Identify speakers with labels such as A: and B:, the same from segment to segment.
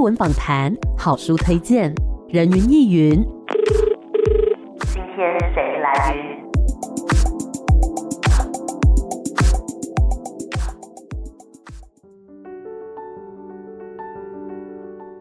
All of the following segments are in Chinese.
A: 文访谈、好书推荐、人云亦云。
B: 今天谁来云？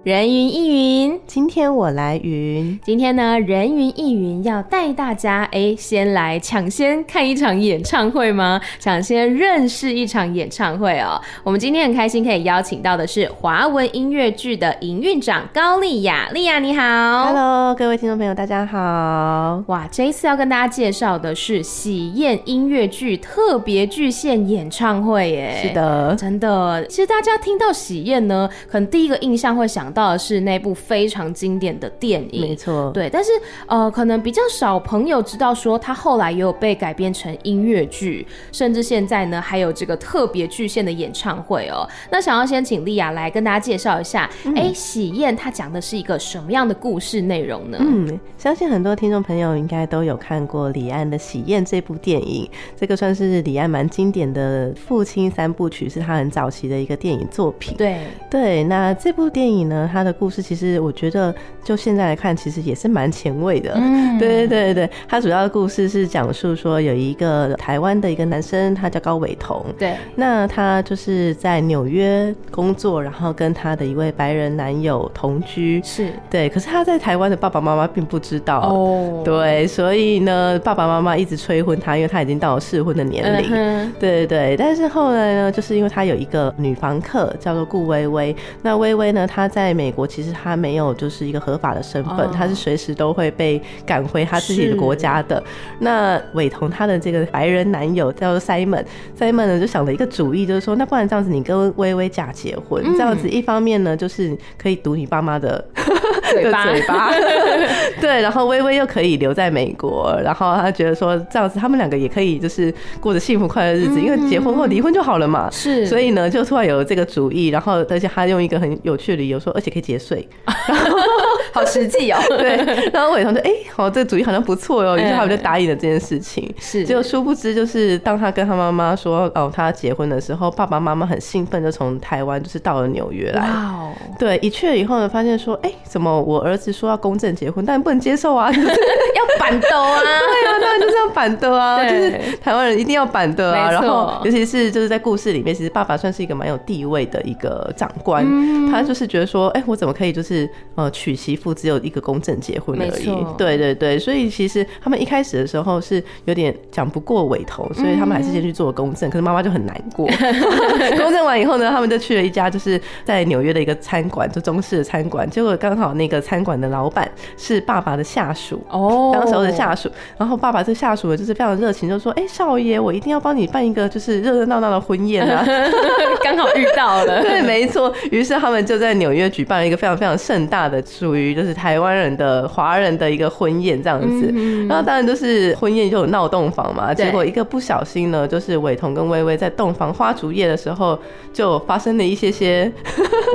C: 人云亦云，
D: 今天我来云，
C: 今天呢，人云亦云要带大家哎，先来抢先看一场演唱会吗？抢先认识一场演唱会哦。我们今天很开心可以邀请到的是华文音乐剧的营运长高丽雅，丽雅你好
D: Hello，各位听众朋友，大家好。
C: 哇，这一次要跟大家介绍的是喜宴音乐剧特别巨献演唱会耶。
D: 是。的，
C: 真的，其实大家听到喜宴呢，可能第一个印象会想到的是那部非常经典的电
D: 没
C: 影。
D: 错，
C: 对，但是呃，可能比较少朋友知道说，它后来也有被改编成音乐剧，甚至现在呢还有这个特别巨献的演唱会哦。那想要先请莉亚来跟大家介绍一下，
D: 嗯
C: 哎、喜宴它讲的是一个什么样的故事内容呢？
D: 嗯，相信很多听众朋友应该都有看过李安的《喜宴》这部电影，这个算是李安蛮经典的父亲三部曲，是他很早期的一个电影作品。
C: 对，
D: 对，那这部电影呢，它的故事其实我觉得就现在来看，其实也是蛮前卫的。
C: 嗯
D: 对对对对，它主要的故事是讲述说有一个台湾的一个男生，他叫高伟彤，
C: 对，
D: 那他就是在纽约工作，然后跟他的一位白人男友同居。
C: 是
D: 对，可是他在台湾的爸爸妈妈并不知道。
C: 哦，
D: 对，所以呢，爸爸妈妈一直催婚他，因为他已经到了适婚的年
C: 嗯
D: 龄。
C: 哼，
D: 对对，但是后来呢，就是因为他有一个女房客叫做顾薇薇，那薇薇呢，她在美国其实她没有就是一个合法的身
C: 哦
D: 份，她、是随时都会被赶回她自己
C: 是
D: 的国家
C: 嗯
D: 的。那伟彤她的这个白人男友叫做 Simon，Simon 呢就想了一个主意，就是说，那不然这样子，你跟薇薇假结婚，
C: 嗯
D: 这样子一方面呢，就是可以堵你爸妈的
C: 嘴
D: 的
C: 巴
D: 嘴 巴，对，然后薇薇又可以留在美国，然后她觉得说这样子，他们两个也可以就是过着幸福快乐的日子，因为结婚后离婚就好了嘛。
C: 嗯是，
D: 所以呢，就突然有了这个主意，然后而且他用一个很有趣的理由说，而且可以节税。
C: 好实际哦，
D: 对，然后伟彤就哎，好、这个主意好像不错哦，于是他们就
C: 嗯
D: 答应了这件事情。
C: 是，
D: 结果殊不知， 就是当他跟他妈妈说哦，他结婚的时候，爸爸妈妈很兴奋，就从台湾就是到了纽约来。
C: 哇哦，
D: 对，一去了以后呢，发现说，哎、怎么我儿子说要公证结婚，但不能接受啊？就是
C: 要板斗 啊，
D: 对啊，当然就是要板的啊，就
C: 对
D: 是台湾人一定要板的啊。
C: 没
D: 然
C: 错
D: 后，尤其是就是在故事里面，其实爸爸算是一个蛮有地位的一个长官，
C: 嗯
D: 他就是觉得说，哎、我怎么可以就是呃娶媳妇只有一个公证结婚
C: 没
D: 而已
C: 错？
D: 对对对，所以其实他们一开始的时候是有点讲不过尾头，
C: 嗯
D: 所以他们还是先去做公证，可是妈妈就很难 过。公证完以后呢，他们就去了一家就是在纽约的一个餐馆，就中式的餐馆，结果刚好那个餐馆的老板是爸爸的下属。
C: 哦，
D: 当时候的下属，然后爸爸这下属就是非常热情，就说：“哎、少爷，我一定要帮你办一个就是热热闹闹的婚宴 啊！”
C: 刚好遇到 了，
D: 对，没错。于是他们就在纽约举办了一个非常非常盛大的，属于就是台湾人的华人的一个婚宴这样
C: 嗯
D: 子。然后当然就是婚宴就有闹洞房嘛，
C: 对
D: 结果一个不小心呢，就是伟彤跟薇薇在洞房花烛夜的时候就发生了一些些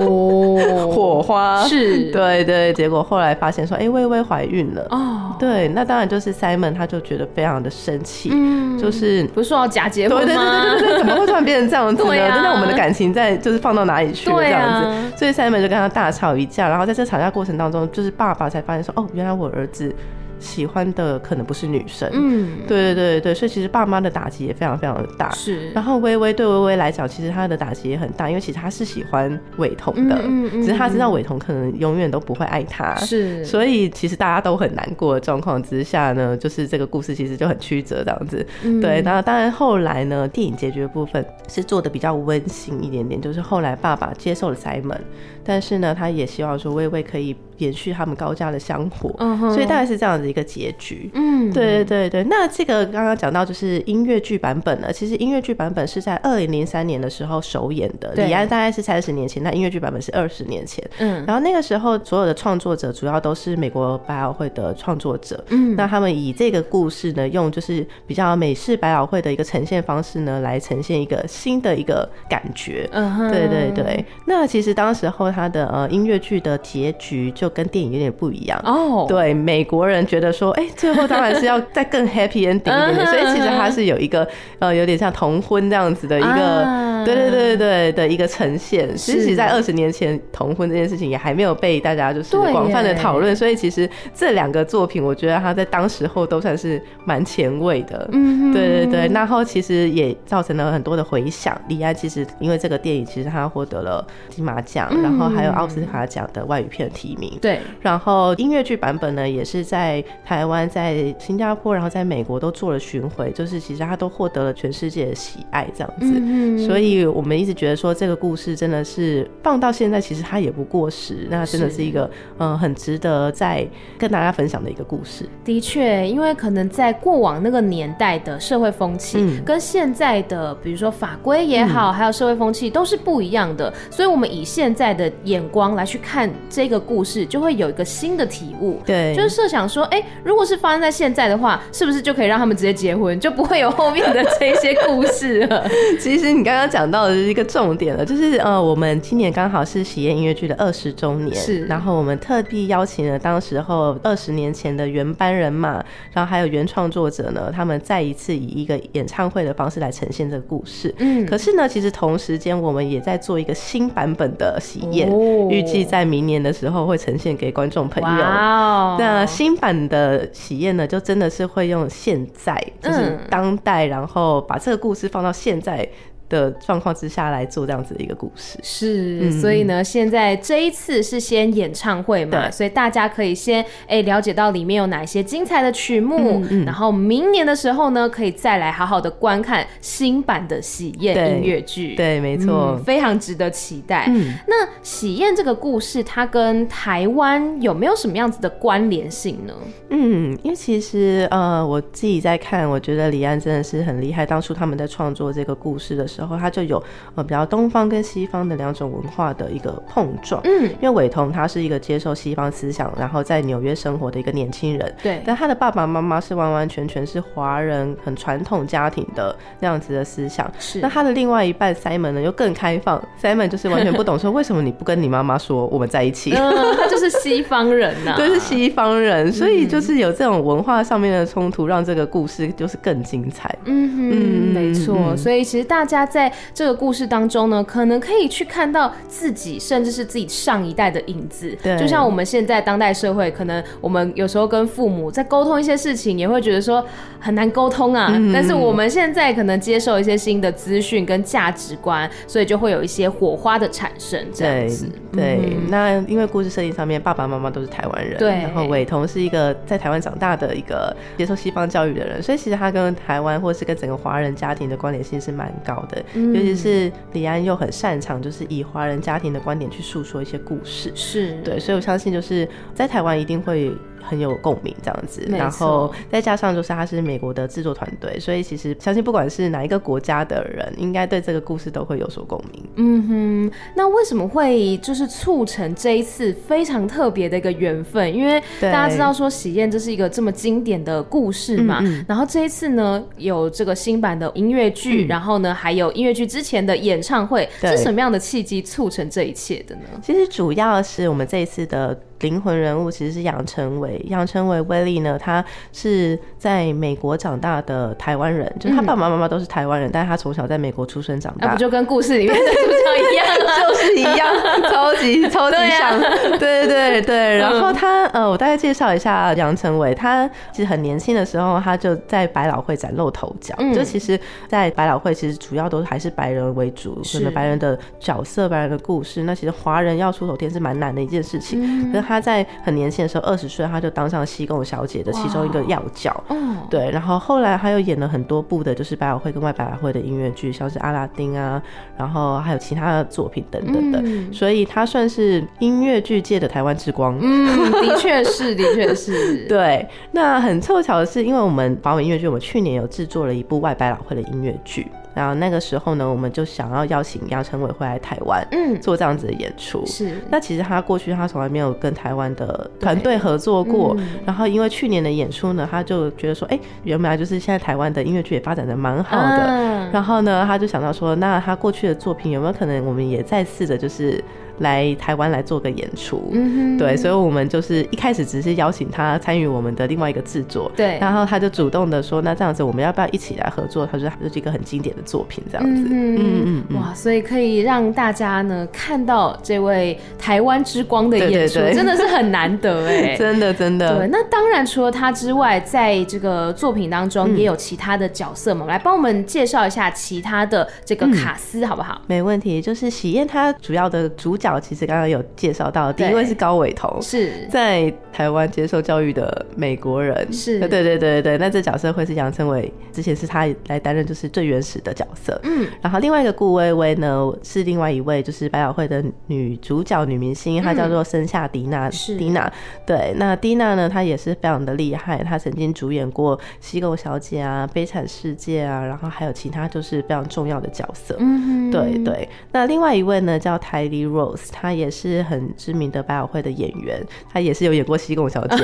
C: 哦，
D: 火花。
C: 是，，
D: 对对，结果后来发现说，哎、薇薇怀孕了。
C: 哦，
D: 对，那当然就是 Simon，他就觉得非常的生气，
C: 嗯
D: 就是
C: 不是说要假结
D: 对
C: 婚
D: 对
C: 吗？
D: 对对对对，怎么会突然变成这样子呢？
C: 对啊
D: 那我们的感情在就是放到哪里去了
C: 对
D: 这
C: 啊
D: 样子？所以 Simon 就跟他大吵一架，然后在这吵架过程当中，就是爸爸才发现说，哦，原来我儿子喜欢的可能不是女生。
C: 嗯，
D: 对对对对，所以其实爸妈的打击也非常非常的大。
C: 是，
D: 然后微微对微微来讲，其实她的打击也很大，因为其实她是喜欢伟彤的，
C: 嗯嗯嗯
D: 只是她知道
C: 嗯
D: 伟彤可能永远都不会爱她。
C: 是，
D: 所以其实大家都很难过的状况之下呢，就是这个故事其实就很曲折这样子。
C: 嗯
D: 对，那当然后来呢，电影结局的部分是做的比较温馨一点点，就是后来爸爸接受了 Simon，但是呢，他也希望说薇薇可以延续他们高家的香火，
C: 嗯哼
D: 所以大概是这样子一个结局。
C: 嗯，
D: 对对对，那这个刚刚讲到就是音乐剧版本了。其实音乐剧版本是在二零零三年的时候首演的，
C: 对
D: 李安大概是三十年前，那音乐剧版本是二十年前。
C: 嗯，
D: 然后那个时候，所有的创作者主要都是美国百老汇的创作者。
C: 嗯
D: 那他们以这个故事呢，用就是比较美式百老汇的一个呈现方式呢，来呈现一个新的一个感觉。
C: 嗯哼，
D: 对对对，那其实当时候他的呃音乐剧的结局就跟电影有点不一样。
C: 哦，
D: 对美国人觉得说，哎、最后当然是要再更 happy ending 一点
C: 嗯哼
D: 点，所以其实它是有一个呃，有点像同婚这样子的一个、
C: 啊嗯，
D: 对对对对对的一个呈现。其
C: 是
D: 实，在二十年前，同婚这件事情也还没有被大家就是
C: 对耶
D: 广泛的讨论，所以其实这两个作品，我觉得它在当时候都算是蛮前卫的。
C: 嗯哼
D: 对对对，然后其实也造成了很多的回响。李安其实因为这个电影，其实他获得了金马奖，
C: 嗯
D: 然后还有奥斯卡奖的外语片提名。
C: 对，
D: 然后音乐剧版本呢，也是在台湾、在新加坡，然后在美国都做了巡回，就是其实它都获得了全世界的喜爱这样子。
C: 嗯哼
D: 所以我们一直觉得说这个故事真的是放到现在，其实它也不过时，那真的
C: 是
D: 是一个嗯、呃很值得再跟大家分享的一个故事。
C: 的确，因为可能在过往那个年代的社会风气，
D: 嗯
C: 跟现在的比如说法规也好，还有社会风气都是不一样的，所以我们以现在的眼光来去看这个故事，就会有一个新的体悟。
D: 对，
C: 就是设想说，哎、如果是发生在现在的话，是不是就可以让他们直接结婚，就不会有后面的这一些故事 了？
D: 其实你刚刚讲到的是一个重点了，就是呃，我们今年刚好是喜宴音乐剧的二十周年，
C: 是
D: 然后我们特地邀请了当时候二十年前的原班人马，然后还有原创作者呢，他们再一次以一个演唱会的方式来呈现这个故事。
C: 嗯，
D: 可是呢，其实同时间我们也在做一个新版本的喜宴
C: 哦，
D: 预计、在明年的时候会呈现给观众朋友。
C: 哇哦，
D: 那新版的喜宴呢，就真的是会用现在，就是当代，然后把这个故事放到现在的状况之下来做这样子的一个故事。
C: 是，
D: 嗯
C: 所以呢，现在这一次是先演唱会嘛，
D: 对
C: 所以大家可以先哎、了解到里面有哪些精彩的曲目，
D: 嗯
C: 然后明年的时候呢，可以再来好好的观看新版的喜宴
D: 对
C: 音乐剧。
D: 对，没错
C: 嗯，。非常值得期待。
D: 嗯
C: 那喜宴这个故事，它跟台湾有没有什么样子的关联性呢？
D: 嗯，因为其实呃，我自己在看，我觉得李安真的是很厉害。当初他们在创作这个故事的时候，他就有呃比较东方跟西方的两种文化的一个碰撞。
C: 嗯，
D: 因为伟彤他是一个接受西方思想，然后在纽约生活的一个年轻人，
C: 对，
D: 但他的爸爸妈妈是完完全全是华人很传统家庭的那样子的思想。
C: 是
D: 那他的另外一半 Simon 呢，又更开放。Simon 就是完全不 懂说为什么你不跟你妈妈说我们在一起，
C: 嗯，他就是西方人呐、
D: 就是西方人，所以
C: 嗯
D: 就是有这种文化上面的冲突，让这个故事就是更精彩。
C: 嗯哼，
D: 嗯
C: 没错。
D: 嗯
C: 所以其实大家在这个故事当中呢，可能可以去看到自己，甚至是自己上一代的影子。
D: 对
C: 就像我们现在当代社会，可能我们有时候跟父母在沟通一些事情，也会觉得说很难沟通啊。
D: 嗯
C: 但是我们现在可能接受一些新的资讯跟价值观，所以就会有一些火花的产生，这样
D: 对
C: 子。
D: 对，
C: 嗯
D: 那因为故事设定上面，爸爸妈妈都是台湾人，
C: 对
D: 然后伟彤是一个在台湾长大的一个接受西方教育的人，所以其实他跟台湾或是跟整个华人家庭的关联性是蛮高的，
C: 嗯
D: 尤其是李安又很擅长就是以华人家庭的观点去诉说一些故事。
C: 是，
D: 对，所以我相信就是在台湾一定会很有共鸣这样子，
C: 没错
D: 然后再加上就是他是美国的制作团队，所以其实相信不管是哪一个国家的人，应该对这个故事都会有所共鸣。
C: 嗯哼，那为什么会就是促成这一次非常特别的一个缘分？因为大
D: 对
C: 家知道说喜宴这是一个这么经典的故事嘛，
D: 嗯嗯
C: 然后这一次呢有这个新版的音乐剧，
D: 嗯
C: 然后呢还有音乐剧之前的演唱会，
D: 对
C: 是什么样的契机促成这一切的呢？
D: 其实主要是我们这一次的灵魂人物其实是杨成伟。杨成伟威利呢，他是在美国长大的台湾人，就是他
C: 嗯
D: 爸爸妈妈都是台湾人，但是他从小在美国出生长
C: 那、
D: 大。
C: 啊不就跟故事里面的主角一样啊？
D: 就是一样，超级超级
C: 对啊
D: 像，对对对。然后他呃，我大概介绍一下杨成伟，他其实很年轻的时候，他就在百老汇崭露头角。
C: 嗯
D: 就其实，在百老汇其实主要都还是白人为主，
C: 是
D: 可能白人的角色、白人的故事。那其实华人要出头天是蛮难的一件事情。
C: 嗯
D: 可是他在很年轻的时候，二十岁他就当上西贡小姐的其中一个要角。
C: 哦，
D: 对，然后后来他又演了很多部的，就是百老汇跟外百老汇的音乐剧，像是《阿拉丁》啊，然后还有其他的作品等等的，
C: 嗯
D: 所以他算是音乐剧界的台湾之光。
C: 嗯，的确是，的确是，
D: 对，那很凑巧的是，因为我们华文音乐剧，我们去年有制作了一部外百老汇的音乐剧，然后那个时候呢，我们就想要邀请杨成伟回来台湾
C: 嗯，
D: 做这样子的演出。
C: 是，
D: 那其实他过去他从来没有跟台湾的团队合作过，
C: 嗯
D: 然后因为去年的演出呢，他就觉得说，哎、原本来就是现在台湾的音乐剧也发展的蛮好的，
C: 嗯
D: 哦然后呢，他就想到说，那他过去的作品有没有可能我们也再次的，就是来台湾来做个演出？
C: 嗯哼
D: 对，所以我们就是一开始只是邀请他参与我们的另外一个制作，
C: 对
D: 然后他就主动的说，那这样子我们要不要一起来合作？他说他就是一个很经典的作品这样子。
C: 嗯
D: 嗯
C: 嗯
D: 嗯嗯
C: 哇，所以可以让大家呢看到这位台湾之光的
D: 对对
C: 演出，
D: 对。
C: 真的是很难得哎
D: 真的真
C: 对，
D: 的，
C: 那当然除了他之外，在这个作品当
D: 嗯
C: 中也有其他的角色嘛，来帮我们介绍一下其他的这
D: 嗯
C: 个卡斯好不好？
D: 没问题。就是喜宴，它主要的主角其实刚刚有介绍到，第一位
C: 对
D: 是高伟彤，
C: 是
D: 哦在台湾接受教育的美国人，
C: 是
D: 对对对对对。那这角色会是杨成伟，之前是他来担任就是最原始的角色。
C: 嗯，
D: 然后另外一个顾薇薇呢，是另外一位就是百老汇的女主角女明星，她
C: 嗯
D: 叫做生下迪娜。
C: 是
D: 迪娜，对，那迪娜呢，她也是非常的厉害，她曾经主演过《西贡小姐》啊，《悲惨世界》啊，然后还有其他就是非常重要的角色。
C: 嗯哼
D: 对，对，那另外一位呢叫 Tylee Rose，她也是很知名的百老汇的演员，她也是有演过《西 贡小姐》。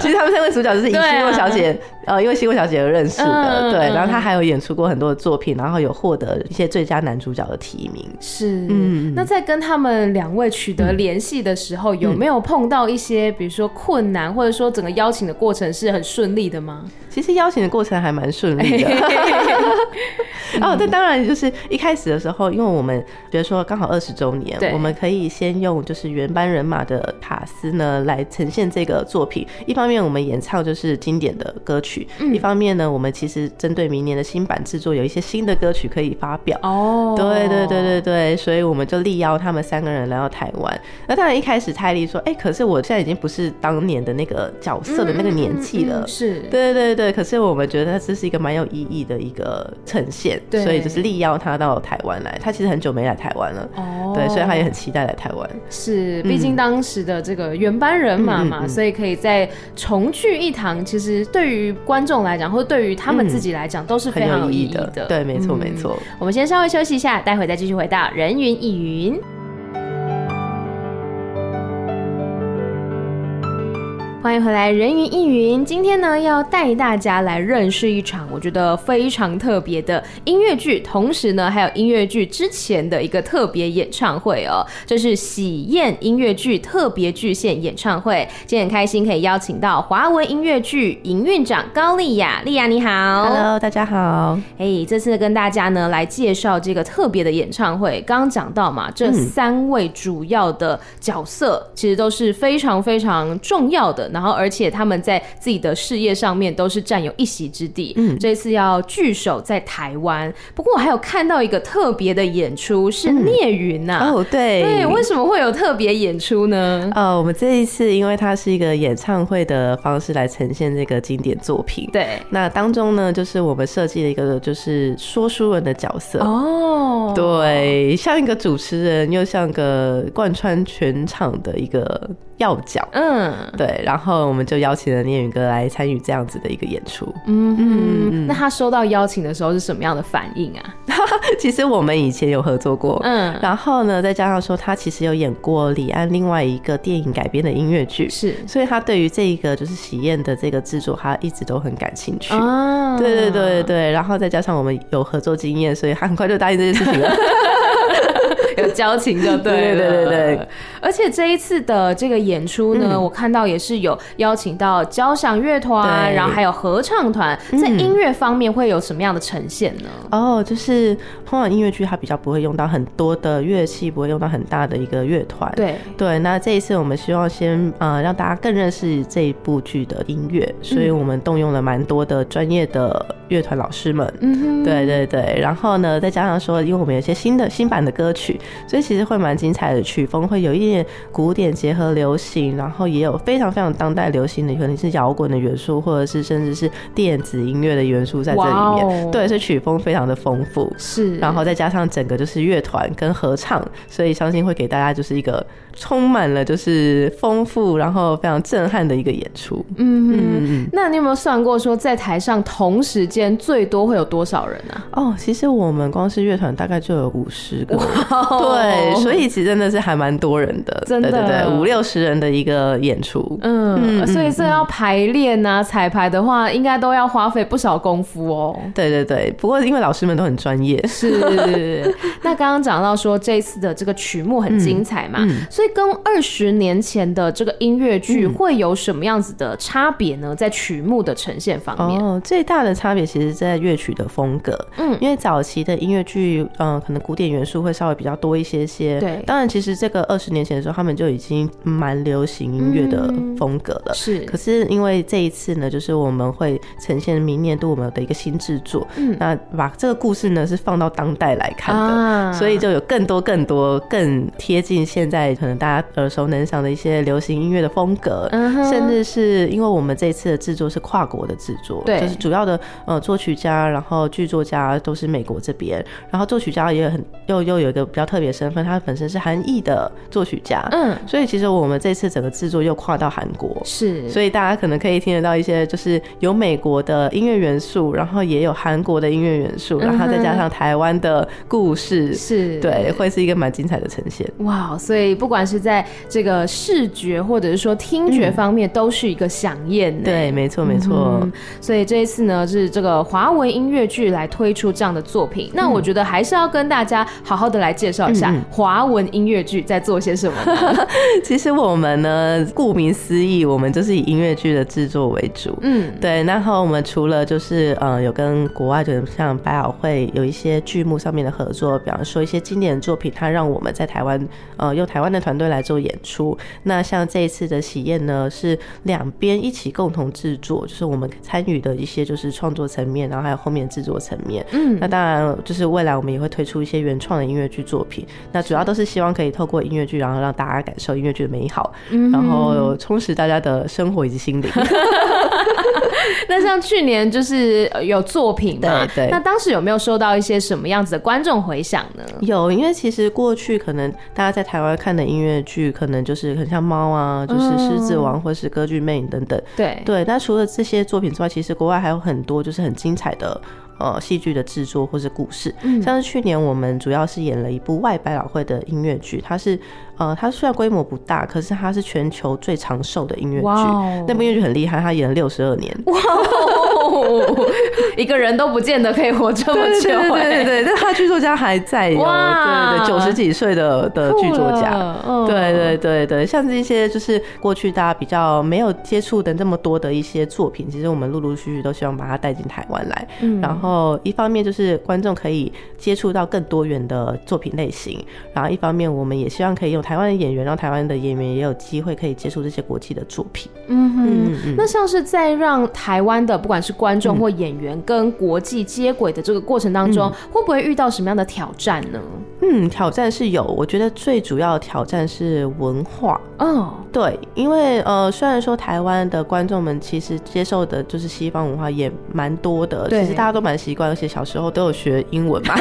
D: 其实他们三位主角就是以
C: 对啊
D: 西贡小姐，呃，因为西贡小姐而认识
C: 嗯
D: 的，对。然
C: 嗯
D: 后她还有演出过很多的作品，然后有获得一些最佳男主角的提名。
C: 是，
D: 嗯嗯嗯
C: 那在跟他们两位取得联系的时候，有没有碰到一些，比如说困难，或者说整个邀请的过程是很顺利的吗？
D: 其实邀请的过程还蛮顺利的。
C: 嗯
D: 哦，但当然就是一开始的时候，因为我们比如说刚好二十周年
C: 对，
D: 我们可以先用就是原班人马的卡斯呢来呈现这个作品。一方面我们演唱就是经典的歌曲，
C: 嗯
D: 一方面呢我们其实针对明年的新版制作有一些新的歌曲可以发表。
C: 哦，
D: 对对对对对，所以我们就力邀他们三个人来到台湾。那当然一开始泰利说：“哎、可是我现在已经不是当年的那个角色的那个年纪
C: 嗯
D: 了。
C: 嗯嗯是，
D: 对对对，可是我们觉得这是一个蛮有意义的一个呈现，
C: 对
D: 所以就是力邀他到台湾来。他其实很久没来台湾了，
C: 哦，
D: 对，所以他也很期待来台湾。
C: 是，毕竟当时的这个原班人马嘛，
D: 嗯嗯嗯
C: 所以可以再重聚一堂。其实对于观众来讲，或者对于他们
D: 嗯
C: 自己来讲，都是非
D: 很
C: 常有
D: 意
C: 意
D: 义的，
C: 的。
D: 对，没错，
C: 嗯
D: 没错。
C: 我们先稍微休息一下，待会再继续回到人云亦云。欢迎回来，人云亦云。今天呢，要带大家来认识一场我觉得非常特别的音乐剧，同时呢，还有音乐剧之前的一个特别演唱会哦，这是喜宴音乐剧特别巨献演唱会。今天很开心可以邀请到华文音乐剧营运长高丽雅，丽雅你好哦
D: Hello，大家好。
C: 哎、这次跟大家呢来介绍这个特别的演唱会。刚刚讲到嘛，这三位主要的角色其实都是非常非常重要的，然后而且他们在自己的事业上面都是占有一席之地。嗯，这次要聚首在台湾。不过我还有看到一个特别的演出是聂云呐、
D: 哦，对，
C: 嗯对，为什么会有特别演出呢？
D: 呃，我们这一次因为它是一个演唱会的方式来呈现这个经典作品。
C: 对，
D: 那当中呢，就是我们设计了一个就是说书人的角色。
C: 哦，
D: 对，像一个主持人，又像个贯穿全场的一个要角。
C: 嗯。
D: 对，然后我们就邀请了聂宇哥来参与这样子的一个演出。
C: 嗯，那他收到邀请的时候是什么样的反应啊？
D: 其实我们以前有合作过，
C: 嗯，
D: 然后呢，再加上说他其实有演过李安另外一个电影改编的音乐剧，
C: 是
D: 所以他对于这一个就是喜宴的这个制作，他一直都很感兴趣。
C: 啊
D: 对对对，对，然后再加上我们有合作经验，所以他很快就答应这件事情了。
C: 有交情就对了。
D: 对对对对对。
C: 而且这一次的这个演出呢，
D: 嗯
C: 我看到也是有邀请到交响乐团，
D: 对嗯
C: 然后还有合唱团，在音乐方面会有什么样的呈现呢？
D: 哦，就是通常音乐剧它比较不会用到很多的乐器，不会用到很大的一个乐团。
C: 对，
D: 对，那这一次我们希望先呃让大家更认识这一部剧的音乐，所以
C: 嗯
D: 我们动用了蛮多的专业的乐团老师们。
C: 嗯哼，
D: 对对对，然后呢，再加上说，因为我们有一些新的新版的歌曲，所以其实会蛮精彩的曲风，会有一点古典结合流行，然后也有非常非常当代流行的，可能是摇滚的元素，或者是甚至是电子音乐的元素在这里面。
C: 哇哦
D: 对，所以曲风非常的丰富。
C: 是，
D: 然后再加上整个就是乐团跟合唱，所以相信会给大家就是一个充满了就是丰富，然后非常震撼的一个演出。
C: 嗯哼。
D: 嗯嗯
C: 那你有没有算过说，在台上同时间最多会有多少人啊？
D: 哦，其实我们光是乐团大概就有五十个， 对，所以其实真的是还蛮多人哦的，
C: 真的
D: 对对对，五六十人的一个演出。
C: 嗯，
D: 嗯
C: 所以这要排练啊、彩排的话，应该都要花费不少功夫哦。
D: 对对对，不过因为老师们都很专业，
C: 是，那刚刚讲到说这次的这个曲目很精彩嘛，
D: 嗯
C: 所以跟二十年前的这个音乐
D: 嗯
C: 剧会有什么样子的差别呢？在曲目的呈现方面，
D: 哦，最大的差别其其实在乐曲的风格，
C: 嗯
D: 因为早期的音乐剧，嗯、可能古典元素会稍微比较多一些些。
C: 对
D: 当然，其实这个二十年前的时候，他们就已经蛮流行音乐的
C: 嗯
D: 风格了。
C: 是
D: 可是因为这一次呢，就是我们会呈现明年度我们的一个新制作，
C: 嗯
D: 那把这个故事呢是放到当代来看的，
C: 啊
D: 所以就有更多更多更贴近现在可能大家耳熟能详的一些流行音乐的风格，
C: 嗯哼
D: 甚至是因为我们这次的制作是跨国的制作，
C: 对
D: 就是主要的呃作曲家，然后剧作家都是美国这边，然后作曲家也很又又有一个比较特别身份，他本身是韩裔的作曲家，
C: 嗯
D: 所以其实我们这次整个制作又跨到韩国，
C: 是，
D: 所以大家可能可以听得到一些，就是有美国的音乐元素，然后也有韩国的音乐元素，然后再
C: 嗯
D: 加上台湾的故事，
C: 是
D: 对，会是一个蛮精彩的呈现。
C: 哇，所以不管是在这个视觉或者是说听觉方面，都是一个响宴呢。
D: 嗯对，没错，没错。
C: 嗯，所以这一次呢是这个华文音乐剧来推出这样的作品，那我觉得还是要跟大家好好的来介绍一下
D: 嗯嗯
C: 华文音乐剧在做些什么呢。
D: 其实我们呢，顾名思义，我们就是以音乐剧的制作为主。
C: 嗯，
D: 对，然后我们除了就是呃有跟国外的像百老汇有一些剧目上面的合作，比方说一些经典作品，它让我们在台湾呃用台湾的团队来做演出。那像这一次的喜宴呢，是两边一起共同制作，就是我们参与的一些就是创作层面，然后还有后面制作层面。
C: 嗯
D: 那当然就是未来我们也会推出一些原创的音乐剧作品，那主要都是希望可以透过音乐剧，然后让大家感受音乐剧的美好，然后充实大家的生活以及心灵。
C: 那像去年就是呃有作品嘛，
D: 对对
C: 那当时有没有收到一些什么样子的观众回响呢？
D: 有，因为其实过去可能大家在台湾看的音乐剧，可能就是很像猫啊，就是《狮子王》或是《歌剧魅影》等等。
C: 对，
D: 对，那除了这些作品之外，其实国外还有很多就是很精彩的。呃，戏剧的制作或是故事，
C: 嗯
D: 像是去年我们主要是演了一部外百老汇的音乐剧，它是呃，它虽然规模不大，可是它是全球最长寿的音乐
C: 哇哦
D: 剧。那部音乐剧很厉害，它演了六十二年。
C: 哇哦，一个人都不见得可以活这么久、
D: 对对对
C: 欸，
D: 对，但他剧作家还在哦，
C: 哇
D: 对对对，九十几岁的的剧作
C: 酷
D: 家。
C: 了，嗯
D: 对对对对，像这些就是过去大家比较没有接触的那么多的一些作品，其实我们陆陆续续都希望把它带进台湾来。
C: 嗯
D: 然后一方面就是观众可以接触到更多元的作品类型，然后一方面我们也希望可以用台湾的演员，让台湾的演员也有机会可以接触这些国际的作品。
C: 嗯哼。
D: 嗯嗯
C: 那像是在让台湾的不管是观众或演员跟国际接轨的这个过程当中，会不会遇到什么样的挑战呢？
D: 嗯，挑战是有，我觉得最主要的挑战是文化。
C: 哦，
D: 对，因为呃，虽然说台湾的观众们其实接受的就是西方文化也蛮多的，
C: 对
D: 其实大家都蛮习惯，而且小时候都有学英文嘛。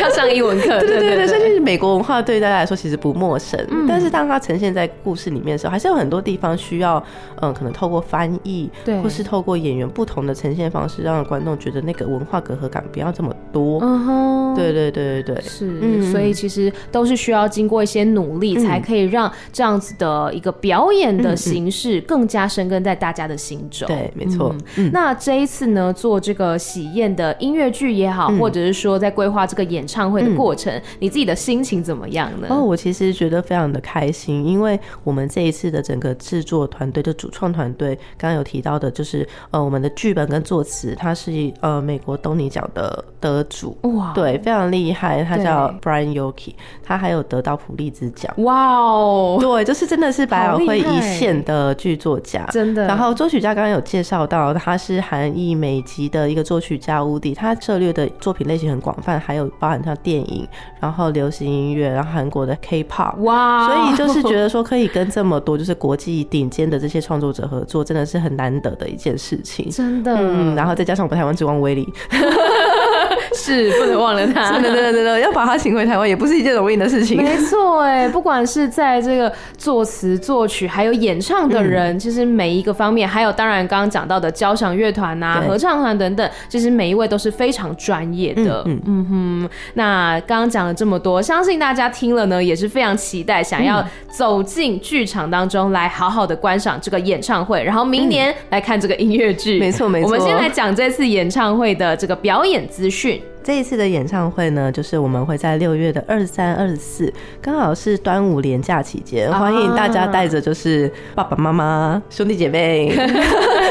C: 要上英文课，
D: 对对
C: 对
D: 对对，
C: 嗯
D: 所以就是美国文化对大家来说其实不陌生，但是当它呈现在故事里面的时候，还是有很多地方需要，嗯、可能透过翻译，
C: 对
D: 或是透过演员不同的呈现方式，让观众觉得那个文化隔阂感不要这么多。
C: 嗯哼，
D: 对对对对对，
C: 是，
D: 嗯
C: 所以其实都是需要经过一些努力，才可以让这样子的一个表演的形式更加深根在大家的心中。
D: 对，没错。
C: 嗯。那这一次呢，做这个喜宴的音乐剧也好，
D: 嗯
C: 或者是说在规划这个演唱会的过程，你自己的心情怎么样呢？
D: 哦，我其实觉得非常的开心，因为我们这一次的整个制作团队，就主创团队，刚刚有提到的，就是呃，我们的剧本跟作词，他是呃美国东尼奖的得主，
C: 哇，，
D: 对，非常厉害，他叫
C: 对
D: Brian Yoki，他还有得到普利兹奖。
C: 哇哦，
D: 对，就是真的是百老
C: 好
D: 汇
C: 厉害
D: 一线的剧作家，
C: 真的
D: 然后作曲家刚刚有介绍到，他是韩裔美籍的一个作曲家乌迪，他涉猎的作品类型很广泛，还有包含像电影，然后流行音乐，然后韩国的 K-pop。
C: 哇，。
D: 所以就是觉得说，可以跟这么多就是国际顶尖的这些创作者合作，真的是很难得的一件事情
C: 真的，
D: 嗯，然后再加上我们台湾之光威力，
C: 是不能忘了 他，
D: 真的真的真的要把他请回台湾，也不是一件容易的事情。
C: 没错，哎，不管是在这个作词、作曲，还有演唱的
D: 嗯
C: 人，其实每一个方面，还有当然刚刚讲到的交响乐团呐、
D: 对
C: 合唱团等等，其实每一位都是非常专业的。嗯
D: 嗯
C: 哼，那刚刚讲了这么多，相信大家听了呢也是非常期待，想
D: 嗯
C: 要走进剧场当中来好好的观赏这个演唱会，然后明年来看这个音乐剧。
D: 嗯没错没错
C: 我们先来讲这次演唱会的这个表演资讯。
D: 这一次的演唱会呢，就是我们会在六月的二三、二四，刚好是端午连假期间，
C: 啊
D: 欢迎大家带着就是爸爸妈妈、兄弟姐 妹、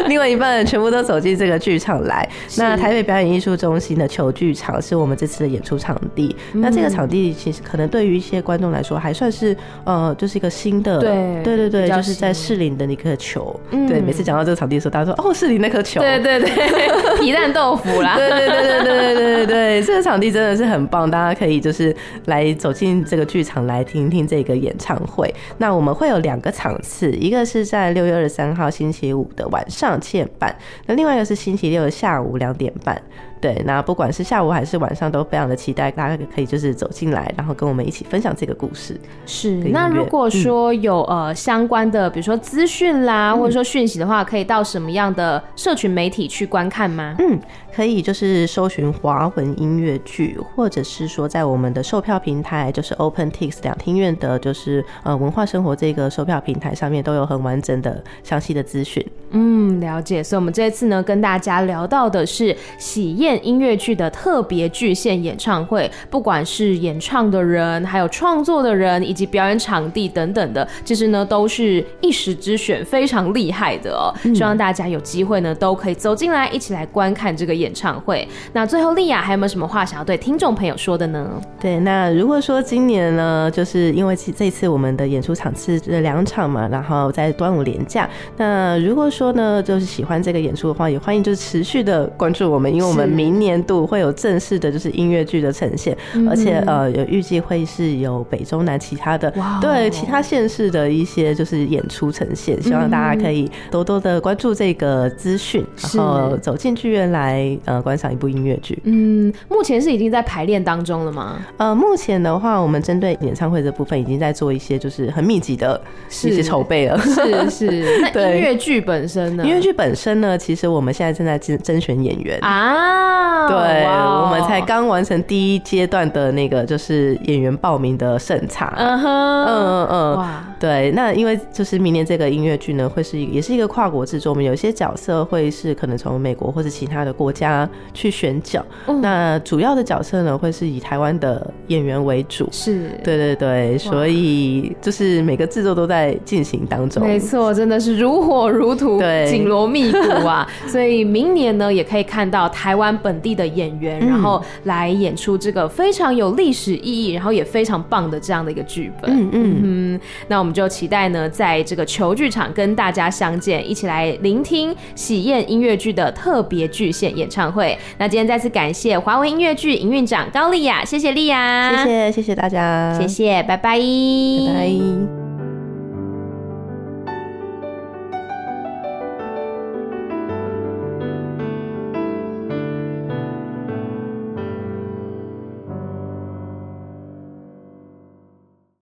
D: 另外一半全部都走进这个剧场来。那台北表演艺术中心的球剧场是我们这次的演出场地。那这个场地其实可能对于一些观众来说还算是呃，就是一个新的，
C: 对
D: 对对
C: 比
D: 对，
C: 较
D: 就是在
C: 新
D: 士林的那颗球。
C: 嗯
D: 对，每次讲到这个场地的时候，大家说哦，士林那颗球。
C: 对对对， 皮蛋豆腐 啦，
D: 对对对对对对对对，这个场地真的是很棒，大家可以就是来走进这个剧场来听听这个演唱会。那我们会有两个场次，一个是在六月二十三号星期五的晚上七点半，那另外一个是星期六的下午两点半。对，那不管是下午还是晚上，都非常的期待大家可以就是走进来，然后跟我们一起分享这个故事。
C: 是，
D: 个
C: 那
D: 音
C: 如
D: 乐嗯
C: 果说有、呃相关的，比如说资讯啦，或者说讯息的话，可以到什么样的社群媒体去观看吗？
D: 嗯，可以就是搜寻华文音乐剧，或者是说在我们的售票平台，就是 OpenTix 两厅院的，就是呃文化生活这个售票平台上面都有很完整的详细的资讯。
C: 嗯，了解。所以，我们这次呢，跟大家聊到的是喜宴音乐剧的特别巨献演唱会，不管是演唱的人，还有创作的人，以及表演场地等等的，其实呢，都是一时之选，非常厉害的哦。希望大家有机会呢，都可以走进来，一起来观看这个演唱会。那最后，莉亚还有没有什么话想要对听众朋友说的呢？
D: 对，那如果说今年呢，就是因为其这次我们的演出场次这两场嘛，然后在端午连假，那如果说呢，就是喜欢这个演出的话，也欢迎就是持续的关注我们，因为我们
C: 是
D: 明年度会有正式的就是音乐剧的呈现，
C: 嗯
D: 而且呃，有预计会是有北中南其他的
C: 哇哦
D: 对其他县市的一些就是演出呈现，希望大家可以多多的关注这个资讯，然
C: 是
D: 后走进剧院来呃观赏一部音乐剧。
C: 嗯，目前是已经在排练当中了吗？
D: 呃，目前的话，我们针对演唱会这部分已经在做一些就是很密集的一些
C: 是
D: 筹备了。
C: 是是。 那
D: 对
C: 音乐剧本身 呢？
D: 音乐剧本身呢，其实我们现在正在甄甄选演员。
C: 啊，
D: 对，
C: 哇哦
D: 我们才，刚完成第一阶段的那个就是演员报名的审查。嗯
C: 嗯哼，
D: 嗯嗯，
C: 哇，
D: 对，那因为就是明年这个音乐剧呢，会是一个也是一个跨国制作，我们有一些角色会是可能从美国或者其他的国家去选角，
C: 嗯
D: 那主要的角色呢会是以台湾的演员为主。
C: 是，
D: 对对对，所以就是每个制作都在进行当中。
C: 没错，真的是如火如荼，
D: 对
C: 紧锣密鼓 啊！所以明年呢，也可以看到台湾本地的演员，然后来演出这个非常有历史意义，然后也非常棒的这样的一个剧本。
D: 嗯嗯，
C: 嗯，那我们就期待呢，在这个球剧场跟大家相见，一起来聆听喜宴音乐剧的特别巨献演唱会。那今天再次感谢华文音乐剧营运长高丽雅，谢谢丽雅，
D: 谢谢谢谢大家，
C: 谢，谢，拜拜，
D: 拜拜。